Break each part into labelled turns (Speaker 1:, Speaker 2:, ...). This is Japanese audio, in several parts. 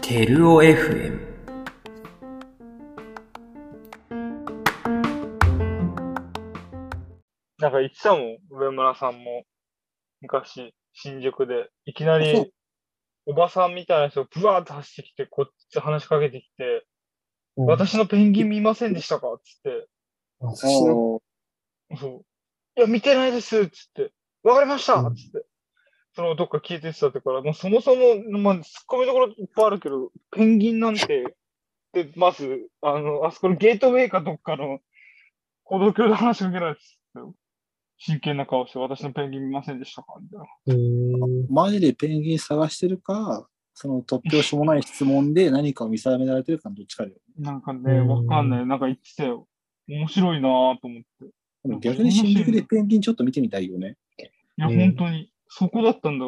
Speaker 1: テルオ FM
Speaker 2: なんか、いちさんも上村さんも、昔、新宿で、いきな
Speaker 3: そう
Speaker 2: り、おばさんみたいな人がブワーって走ってきて、こっち話しかけてきて、
Speaker 3: うん
Speaker 2: 私のペンギン見ませんでしたかっつっ
Speaker 3: 私の
Speaker 2: て、そう。いや、見てないですっつって、わかりました
Speaker 3: う
Speaker 2: っ
Speaker 3: ん
Speaker 2: つって、そのどっか消えてってたってから、もうそもそも、まあ、突っ込みどころいっぱいあるけど、ペンギンなんて、で、まず、あの、あそこのゲートウェイかどっかの、歩道橋で話しかけられてたよ真剣な顔して、私のペンギン見ませんでしたかみたいな。
Speaker 1: うーん
Speaker 3: マジでペンギン探してるか、その突拍子もない質問で何かを見定められてるかのどっちかだよ。
Speaker 2: なんか
Speaker 1: う
Speaker 2: ね、
Speaker 1: ん
Speaker 2: わかんない。なんか言ってたよ。面白いなぁと思って。い
Speaker 3: でも逆に新宿でペンギンちょっと見てみたいよね。
Speaker 2: や、
Speaker 1: うん
Speaker 2: 本当に、そこだったんだ。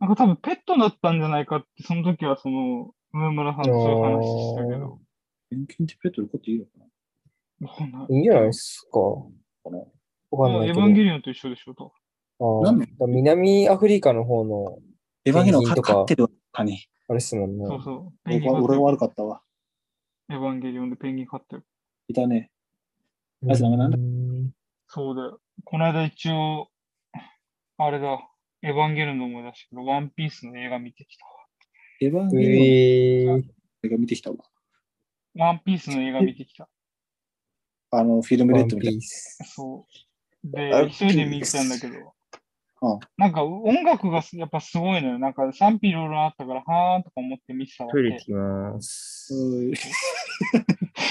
Speaker 2: なんか多分ペットだったんじゃないかって、その時はその、上村さんとそういう話してたけど。
Speaker 3: ペンギンってペットいることいいのかな
Speaker 2: わかんない
Speaker 1: い。いんじゃないですか。
Speaker 3: この
Speaker 1: わかん
Speaker 2: も
Speaker 1: な
Speaker 2: う
Speaker 1: い
Speaker 2: エ
Speaker 1: け
Speaker 2: ヴ
Speaker 1: ど
Speaker 2: ァンゲリオンと一緒でしょ、と。
Speaker 1: あー
Speaker 3: なんで
Speaker 1: 南アフリカの方の、
Speaker 3: エヴァンゲリオン
Speaker 1: ペンギン
Speaker 3: か
Speaker 1: とか
Speaker 3: 飼ってるかに。
Speaker 1: あれですもんね。
Speaker 2: そうそう。ペンギン飼
Speaker 3: 俺
Speaker 2: って
Speaker 3: 俺
Speaker 2: る
Speaker 3: が悪かったわ。
Speaker 2: エヴァンゲリオンでペンギン飼ってる。
Speaker 3: いたね。
Speaker 1: うん
Speaker 3: あいつ名前なんだ
Speaker 2: そうだよ。この間一応、あれだ。エヴァンゲリオンの思い出したけど、ワンピースの映画見てきた。
Speaker 3: エヴァン
Speaker 1: う
Speaker 3: ゲリオン
Speaker 1: えー
Speaker 3: が見てきたわ。
Speaker 2: ワンピースの映画見てきた。
Speaker 3: あの、フィルムレッドみたい
Speaker 1: ワンピー
Speaker 3: な。
Speaker 1: ス
Speaker 2: そう。
Speaker 1: あ
Speaker 2: で、一人で見てたんだけど
Speaker 3: うん、
Speaker 2: なんか音楽がすやっぱすごいのよ。なんか賛否両論あったから、はーんとか思って見てたわ
Speaker 1: トイレ行
Speaker 2: け
Speaker 1: きます。
Speaker 3: うー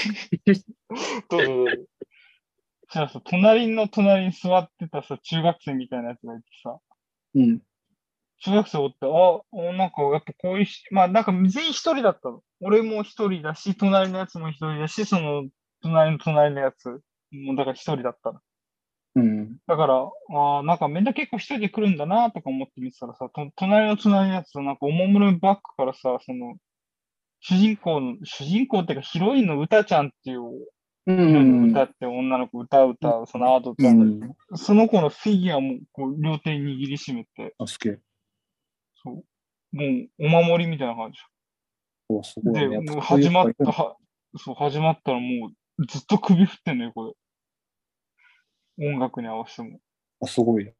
Speaker 2: どうぞどうぞ。そしたらさ、隣の隣に座ってたさ、中学生みたいなやつがいてさ、
Speaker 3: うん。
Speaker 2: 中学生おって、あ、おなんかやっぱこういうし、まあなんか全員一人だったの。俺も一人だし、隣のやつも一人だし、その隣の隣のやつもだから一人だったの。
Speaker 3: うん。
Speaker 2: だから、ああ、なんかみんな結構一人で来るんだなとか思って見てたらさ、と隣の隣のやつとなんかおもむろにバックからさ、その、主人公の、主人公っていうかヒロインの歌ちゃんっていう、
Speaker 3: う
Speaker 2: 歌って女の子歌う歌う、そのアートちゃん、
Speaker 3: ん。
Speaker 2: その子のフィギュアもこう両手に握りしめて、
Speaker 3: あ、すげえ。
Speaker 2: そう、もうお守りみたいな感じ。
Speaker 3: おすごいね。
Speaker 2: で、
Speaker 3: やっぱ
Speaker 2: もう
Speaker 3: こうい
Speaker 2: 始
Speaker 3: う
Speaker 2: まっ
Speaker 3: 人
Speaker 2: た、
Speaker 3: がいる
Speaker 2: はそう、始まったらもうずっと首振ってんのよ、これ。音楽に合わせても。
Speaker 3: あ、すごいね。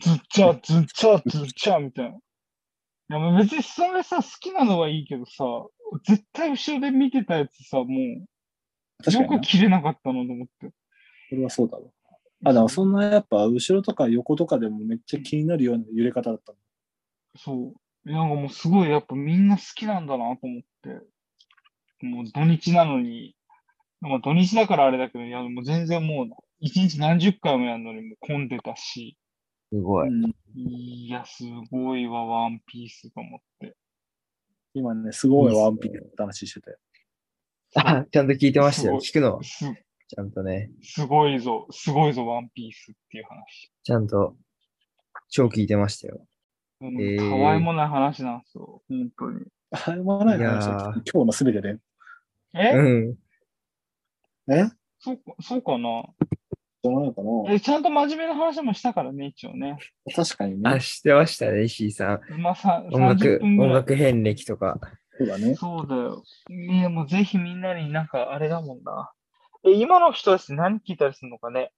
Speaker 2: ずっちゃ、ずっちゃ、ずっちゃ、みたいな。いや、もう別にそれさ、好きなのはいいけどさ、絶対後ろで見てたやつさ、もう、
Speaker 3: 確か
Speaker 2: よ
Speaker 3: にな
Speaker 2: く切れなかったなと思って。
Speaker 3: これはそうだろう。あ、でもそんなやっぱ後ろとか横とかでもめっちゃ気になるような揺れ方だったの。
Speaker 2: そう。なんかもうすごい、やっぱみんな好きなんだなと思って。もう土日なのに、まあ土日だからあれだけど、いや、もう全然もう、一日何十回もやるのにもう混んでたし、
Speaker 1: すごい。
Speaker 3: うん
Speaker 2: いや、すごいわ、ワンピースと思って。
Speaker 3: 今ね、す
Speaker 1: いい
Speaker 3: ごい
Speaker 1: っすね
Speaker 3: ワンピースの話してたよ。
Speaker 1: あ、ちゃんと聞いてましたよ。
Speaker 2: す
Speaker 1: 聞くのは。
Speaker 2: す
Speaker 1: ちゃんとね。
Speaker 2: すごいぞ、すごいぞ、ワンピースっていう話。
Speaker 1: ちゃんと、超聞いてましたよ。
Speaker 2: もう
Speaker 1: えー
Speaker 2: たわいもない話なんですよ、本当に。
Speaker 3: あれもない話
Speaker 1: いや
Speaker 3: だ
Speaker 1: ー
Speaker 3: 今日のすべてで。
Speaker 2: え、
Speaker 1: うん。
Speaker 3: え
Speaker 2: そうかそうかな
Speaker 3: どうなのかな
Speaker 2: えちゃんと真面目な話もしたからね、一応ね。
Speaker 3: 確かに
Speaker 1: あ、
Speaker 3: ね。
Speaker 1: 知ってましたね、石井さん。
Speaker 2: まあ、さ
Speaker 1: 音楽
Speaker 2: 30、分ぐ
Speaker 1: 音
Speaker 2: らい。
Speaker 1: 楽遍歴とか。
Speaker 3: そうだね。
Speaker 2: そうだよ。ねもうぜひみんなになんかあれだもんな。え、今の人たち何聞いたりするのかね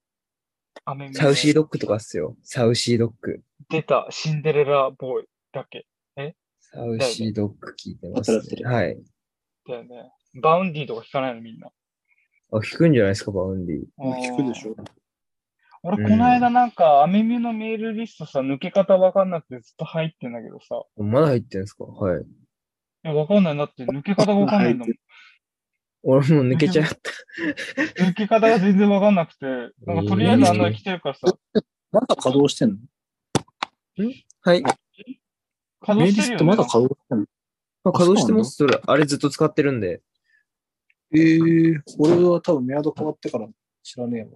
Speaker 2: アメミ
Speaker 1: サウシードッグとかっすよ。サウシードッグ。
Speaker 2: 出た、シンデレラボーイだけ。
Speaker 1: サウシードッグ聞いてます、
Speaker 3: 合って
Speaker 1: ね。
Speaker 3: る
Speaker 1: はい。
Speaker 2: だよね。バウンディとか聞かないの、みんな。
Speaker 1: あ、聞くんじゃないですか、バウンディ。
Speaker 3: まあ聞くでしょ。
Speaker 2: 俺、
Speaker 1: うん
Speaker 2: この間なんか、アメミュのメールリストさ、抜け方わかんなくてずっと入ってんだけどさ、
Speaker 1: まだ入ってんですかはい。
Speaker 2: いや、わかんないなって、抜け方がわかんないんだもん。
Speaker 1: 俺もう抜けちゃった。
Speaker 2: 抜け方が全然わかんなくて、なんかとりあえずあんなの来てるからさ、
Speaker 3: まだ稼働してんの
Speaker 1: はい。
Speaker 2: 稼
Speaker 3: メ
Speaker 2: 働
Speaker 3: イリ
Speaker 2: して
Speaker 3: ス
Speaker 2: る
Speaker 3: ト
Speaker 2: よ、ね。
Speaker 3: まだ稼働してんの
Speaker 1: まあ、稼働してます、それ。あれずっと使ってるんで。
Speaker 3: ええ俺は多分メアド変わってから知らねえわ。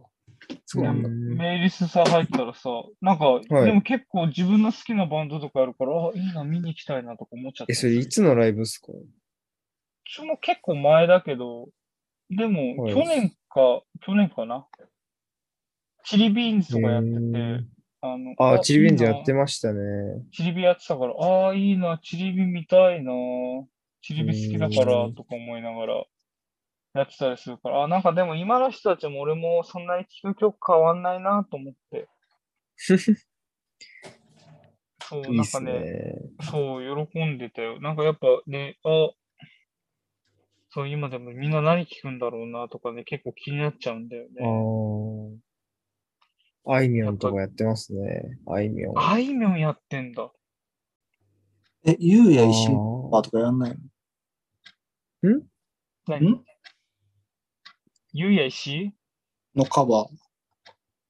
Speaker 1: そうなんだ。うん
Speaker 2: メイリストさ、入ったらさ、なんか、
Speaker 1: い
Speaker 2: でも結構自分の好きなバンドとかあるから、あ、いいな、見に行きたいなとか思っちゃって。
Speaker 1: え、それいつのライブっすか
Speaker 2: それも結構前だけど、でも、
Speaker 1: はい
Speaker 2: 去年か、去年かな。チリビーンズとかやってて、
Speaker 1: うん
Speaker 2: あの、
Speaker 1: ああ、チリビンズや
Speaker 2: いい
Speaker 1: っ
Speaker 2: な
Speaker 1: てましたね。
Speaker 2: チリビやってたから、ああ、いいな、チリビ見たいな、チリビ好きだから
Speaker 1: うん
Speaker 2: とか思いながらやってたりするから、あなんかでも今の人たちも俺もそんなに聴く曲変わんないなと思って、そう、
Speaker 1: いいっ
Speaker 2: なんか
Speaker 1: す
Speaker 2: ね、
Speaker 1: ね。
Speaker 2: そう、喜んでたよ。なんかやっぱね、あ、そう、今でもみんな何聴くんだろうなとかね、結構気になっちゃうんだよ
Speaker 1: あ
Speaker 2: ね。
Speaker 1: あ。あいみょんとかやってますね。あいみょん。
Speaker 2: あいみょんやってんだ。
Speaker 3: え、ゆうや石パ
Speaker 1: あ
Speaker 3: ーとかやんない
Speaker 2: 何
Speaker 3: ん
Speaker 2: ゆうや石
Speaker 3: ののカバー。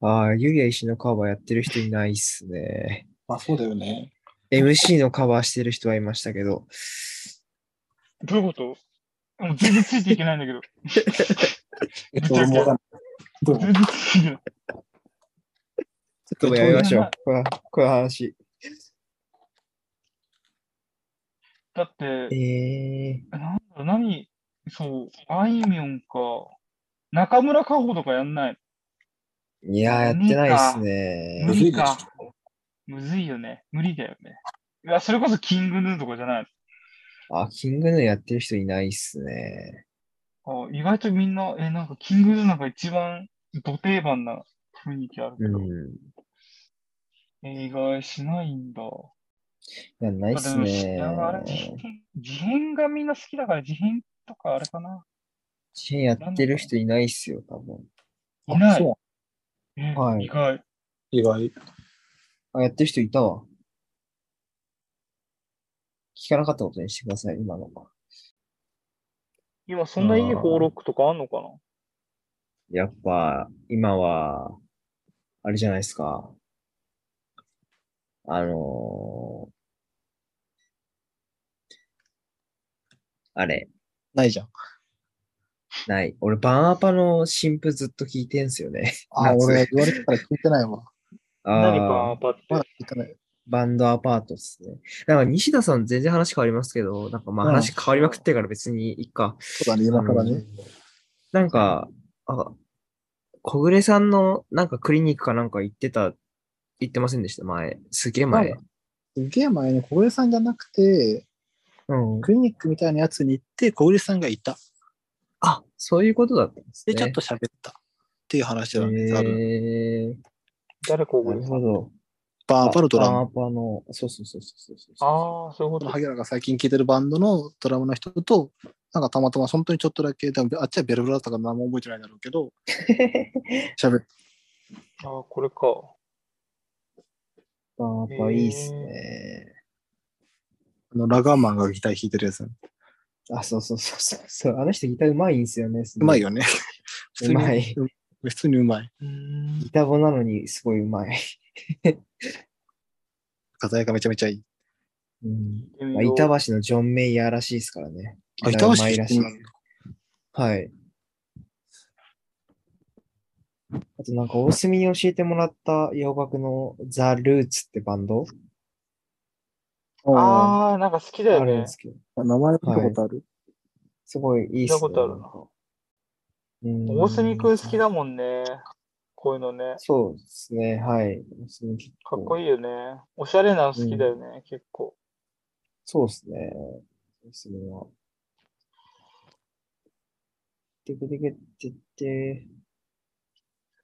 Speaker 1: あー、ゆりや石のカバーやってる人いないっすね。
Speaker 3: あ、そうだよね。
Speaker 1: MC のカバーしてる人はいましたけど。
Speaker 2: どういうこともう全然ついていけないんだけど。
Speaker 3: えっと、俺もわかんない。どうも
Speaker 2: 全然ついていけない。
Speaker 1: ちょっとやめましょう。これこの話。
Speaker 2: だって、
Speaker 1: えー、
Speaker 2: なんだろう、何、そう、あいみょんか。中村佳穂とかやんない。
Speaker 1: いやー、やってないっすね
Speaker 2: 無。
Speaker 3: ず
Speaker 2: 理
Speaker 3: いでし
Speaker 2: か。むずいよね。無理だよね。いや、それこそキングヌーとかじゃない
Speaker 1: あ、キングヌーやってる人いないっすね。
Speaker 2: の。あ意外とみんな、え、なんかキングヌーなんか一番ド定番な雰囲気あるけ
Speaker 1: う
Speaker 2: ど、
Speaker 1: ん。
Speaker 2: え意外しないんだ。
Speaker 1: いや、ないっ
Speaker 2: まあですもし
Speaker 1: ね。
Speaker 2: あれ事変、事変がみんな好きだから、事変とかあれかな。
Speaker 1: チェーンやってる人いないっすよ、多分。
Speaker 2: いない
Speaker 3: あそ
Speaker 2: え
Speaker 1: はい
Speaker 2: 意外。
Speaker 3: う意外。
Speaker 1: あ、やってる人いたわ。聞かなかったことにしてください、今のは。
Speaker 2: 今そんないい放録とかあんのかな
Speaker 1: やっぱ、今は、あれじゃないですか。あのー、あれ、
Speaker 3: ないじゃん。
Speaker 1: ない。俺、バンアパの新譜ずっと聞いてんすよね。
Speaker 3: あ、
Speaker 1: 夏
Speaker 3: 俺言われたから聞いてない わ。
Speaker 2: 何か
Speaker 1: あー
Speaker 2: パって
Speaker 3: ま。だ聞いてない。
Speaker 1: バンドアパートっすね。なんか、西田さん全然話変わりますけど、なんかまあ
Speaker 3: うん
Speaker 1: 話変わりまくってから別にいっか。
Speaker 3: そうだね、今からね。
Speaker 1: なんか、あ、小暮さんのなんかクリニックかなんか行ってた、行ってませんでした、前。すげえ前
Speaker 3: なん。すげえ前に小暮さんじゃなくて、
Speaker 1: うん。
Speaker 3: クリニックみたいなやつに行って、小暮さんがいた。
Speaker 1: あ、そういうことだったんですね。
Speaker 3: で、ちょっと喋った。っていう話だね、多分。
Speaker 1: えー、
Speaker 2: 誰こ
Speaker 1: な
Speaker 2: こ
Speaker 1: るほど。
Speaker 3: バーパルトラ
Speaker 1: パ
Speaker 3: ム。
Speaker 1: ーパの、そうそうそうそうそうそうそう。
Speaker 2: ああ、そういうこ
Speaker 3: ことの。萩原が最近聴いてるバンドのドラムの人と、なんかたまたま本当にちょっとだけ、多分あっちはベルブラだったから何も覚えてないんだろうけど、 喋って。
Speaker 2: ああ、これか。
Speaker 1: パーパいいっすね。
Speaker 3: あの、ラガーマンがギター弾いてるやつ。う
Speaker 1: あ、そうそうそうそうそう。あの人ギターうまいんすよね。すご
Speaker 3: まい。よね。 普通に
Speaker 1: うまい。
Speaker 3: 普通にうまい。
Speaker 2: うーん
Speaker 1: ギ。タボなのにすごいうまい。
Speaker 3: 風やがめちゃめちゃいい。
Speaker 1: うん。まあ、板橋のジョン・メイヤーらしいですからね。
Speaker 3: あ、
Speaker 1: ギ
Speaker 3: 板
Speaker 1: ター
Speaker 3: 橋
Speaker 1: うまいらしい
Speaker 3: 出身なの
Speaker 1: はい。あとなんか大隅に教えてもらった洋楽のザ・ルーツってバンド
Speaker 3: あ
Speaker 2: ああ、なんか好きだ
Speaker 1: あ
Speaker 2: よ
Speaker 1: るん
Speaker 2: ね
Speaker 1: で。すけど、
Speaker 3: あ、名前聞いたことある。
Speaker 1: すごいいいっすね。
Speaker 2: 聞いたことあるな
Speaker 1: なんかうん
Speaker 2: 大隅くん好きだもんね。こういうのね。
Speaker 1: そうですね、はい。大隅結
Speaker 2: か
Speaker 1: 構
Speaker 2: っこいいよね。おしゃれなの好きだよね、結構。
Speaker 1: そうですね。大隅は。てくてくてって。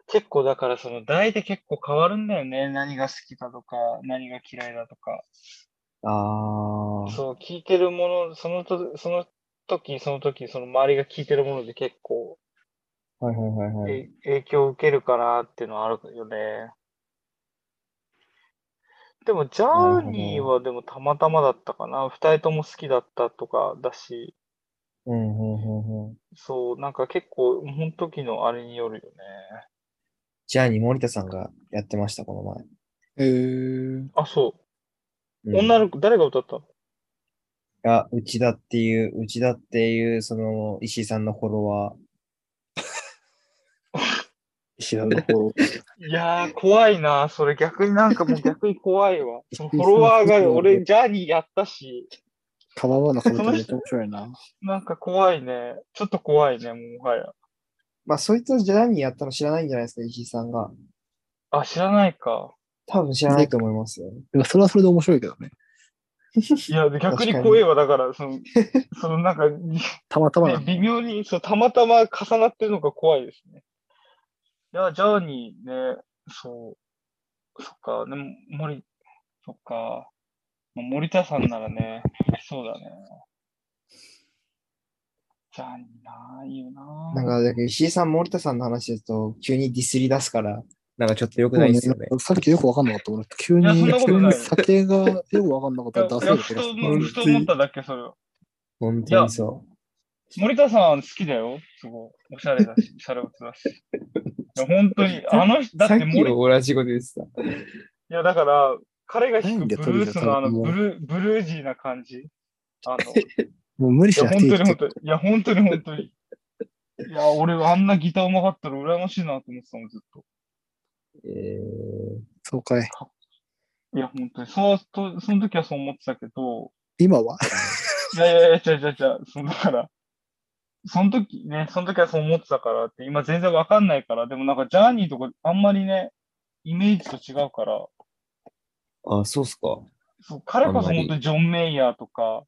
Speaker 2: 結構だからその題で結構変わるんだよね。何が好きだとか、何が嫌いだとか。
Speaker 1: あー。
Speaker 2: そう、聞いてるもの、そのとその時、その時、その周りが聞いてるもので結構、
Speaker 1: はいはいはいはい。
Speaker 2: え影響を受けるかなっていうのはあるよね。でも、ジャーニーはでもたまたまだったかな。二人とも好きだったとかだし、
Speaker 1: うんうんうんうん。
Speaker 2: そう、なんか結構、ほん時のあれによるよね。
Speaker 1: ジャーニー森田さんがやってました、この
Speaker 3: へえ。
Speaker 2: あ、そう。
Speaker 1: 前。
Speaker 2: 女
Speaker 1: の
Speaker 2: の子、誰が歌ったの
Speaker 1: が、内田っていう、内田っていう、その、石井さんのフォロワー。
Speaker 3: 石田の頃。
Speaker 2: いやー、怖いな。それ逆になんかもう逆に怖い わ。そのフォロワー
Speaker 3: そうそ
Speaker 2: が
Speaker 3: う
Speaker 2: 俺、ジャーニーやったし、
Speaker 3: カバーバーのことめっちゃ面白い な。
Speaker 2: なんか怖いね。ちょっと怖いね、もうもはや。
Speaker 1: まあ、そいつはジャーニーやったの知らないんじゃないですか、石井さんが。
Speaker 2: あ、知らないか。
Speaker 1: 多分知らないと思いますよ。
Speaker 3: でもそれはそれで面白いけどね。
Speaker 2: いや、で逆に怖えわ、だから、そ の、そのなんか、ね、
Speaker 3: たまたまなんだ、
Speaker 2: 微妙に、そう、たまたま重なってるのが怖いですね。いや、ジャーニーね、そう、そっか、でも、森、そっか、まあ森田さんならね、そうだね。ジャーニーな、いいよな。
Speaker 1: なんか、だけど石井さん、森田さんの話ですと、急にディスり出すから、なんかちょっと良くないですよね。
Speaker 3: さっきよくわかんなかった。俺急
Speaker 2: いやそん
Speaker 3: に
Speaker 2: なことない
Speaker 3: 酒がよくわかんなかった
Speaker 2: いや
Speaker 3: ら
Speaker 2: い
Speaker 3: 出
Speaker 2: やふ
Speaker 3: せるけ
Speaker 2: と
Speaker 3: ど
Speaker 2: 思うふと思っただけ、それを。
Speaker 1: 本当にそ
Speaker 2: 森田さん好きだよ、すごい。おしゃれだし、シャレオツだし。いや、本当に、あの人、
Speaker 1: う。
Speaker 2: だ
Speaker 1: さ
Speaker 2: っ
Speaker 1: ってき
Speaker 2: 森
Speaker 1: も同じこと言ってた。
Speaker 2: いや、だから、彼が
Speaker 3: ない
Speaker 2: 弾
Speaker 3: ん
Speaker 2: く
Speaker 3: だよ
Speaker 2: ブルースのあの
Speaker 3: ト
Speaker 2: ブ
Speaker 3: リ
Speaker 2: ルー、ブルージーな感じ。あの、 い
Speaker 3: もう無理し
Speaker 2: や、
Speaker 3: なく
Speaker 2: 本
Speaker 3: ていい
Speaker 2: 当
Speaker 3: っ
Speaker 2: に本
Speaker 3: て。
Speaker 2: 当に、いや、本当に本当に。いや、俺、あんなギターうまかったら羨ましいなと思ってたもん、ずっと。
Speaker 1: えー、
Speaker 3: そうかい。
Speaker 2: いや、本当に。そう、とその時はそう思ってたけど、
Speaker 3: 今はい
Speaker 2: やいやいや、ちゃうちゃうちゃう、そのだから、その時ね、その時はそう思ってたからって、今全然わかんないから、でもなんか、ジャーニーとか、あんまりね、イメージと違うから、
Speaker 1: あ、そうっすか。
Speaker 2: そう、彼こそ本当にジョン・メイヤーとか、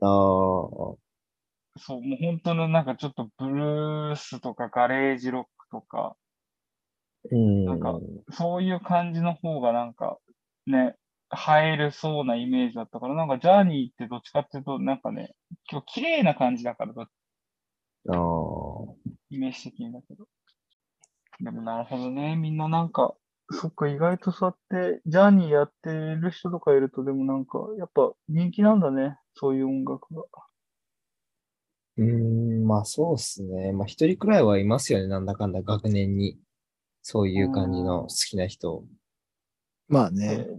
Speaker 1: あー
Speaker 2: そう、もう本当のなんかちょっとブルースとかガレージロックとか、
Speaker 1: うん。
Speaker 2: なんかそういう感じの方がなんかね、映えるそうなイメージだったから、なんかジャーニーってどっちかっていうとなんかね、今日綺麗な感じだから、どっ
Speaker 1: ああ。
Speaker 2: イメージ的にだけど。でもなるほどね、みんななんか、そっか、意外とそうやって、ジャーニーやってる人とかいると、でもなんか、やっぱ人気なんだね、そういう音楽が。
Speaker 1: うーん、まあそうっすね。まあ一人くらいはいますよね、なんだかんだ学年に。そういう感じの好きな人。
Speaker 3: まあ
Speaker 2: え
Speaker 3: ね。
Speaker 2: ーちょ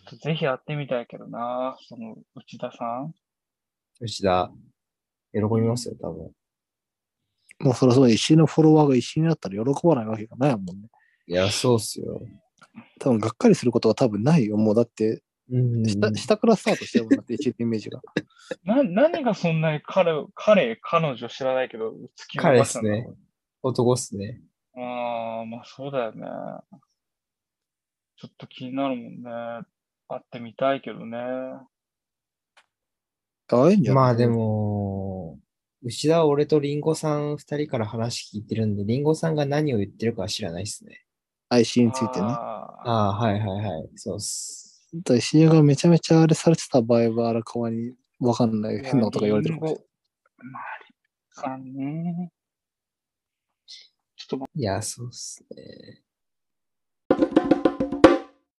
Speaker 2: っとぜひやってみたいけどな、その内田さん。
Speaker 1: 吉田、喜びますよ、多分。
Speaker 3: もうそろそろ石井のフォロワーが石井になったら喜ばないわけがないもんね。
Speaker 1: いや、そうっすよ。
Speaker 3: 多分がっかりすることは多分ないよ。もうだって、
Speaker 1: うん。
Speaker 3: 下下からスタートしてるもんだって、石井のイメージが。
Speaker 2: な、何がそんなに彼を、彼、彼女知らないけど、突き
Speaker 1: 彼で
Speaker 2: 動かした
Speaker 1: す
Speaker 2: んだろう
Speaker 1: ね。男っすね。
Speaker 2: ああ、まあそうだよね。ちょっと気になるもんね。会ってみたいけどね。
Speaker 3: 可愛いんじゃん。
Speaker 1: まあで。も、牛田は俺とリンゴさん二人から話聞いてるんで、リンゴさんが何を言ってるかは知らないっすね。
Speaker 3: 石井についてね。
Speaker 2: あ
Speaker 1: ああ、はいはいはい。そうっす。
Speaker 3: だから石井がめちゃめちゃあれされてた場合は、あらかわにわかんな
Speaker 2: ー
Speaker 3: い変なことが言われてる
Speaker 2: リン
Speaker 3: かもし
Speaker 2: ゴ
Speaker 3: れ
Speaker 2: まあ、リンゴさんね。
Speaker 1: いや、そうっすね。